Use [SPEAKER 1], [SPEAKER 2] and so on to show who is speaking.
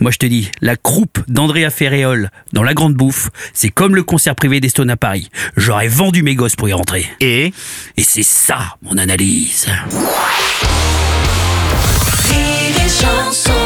[SPEAKER 1] Moi je te dis, la croupe d'Andrea Ferréol dans La Grande Bouffe, c'est comme le concert privé des Stones à Paris. J'aurais vendu mes gosses pour y rentrer.
[SPEAKER 2] Et
[SPEAKER 1] Et c'est ça mon analyse.
[SPEAKER 3] Rire et chanson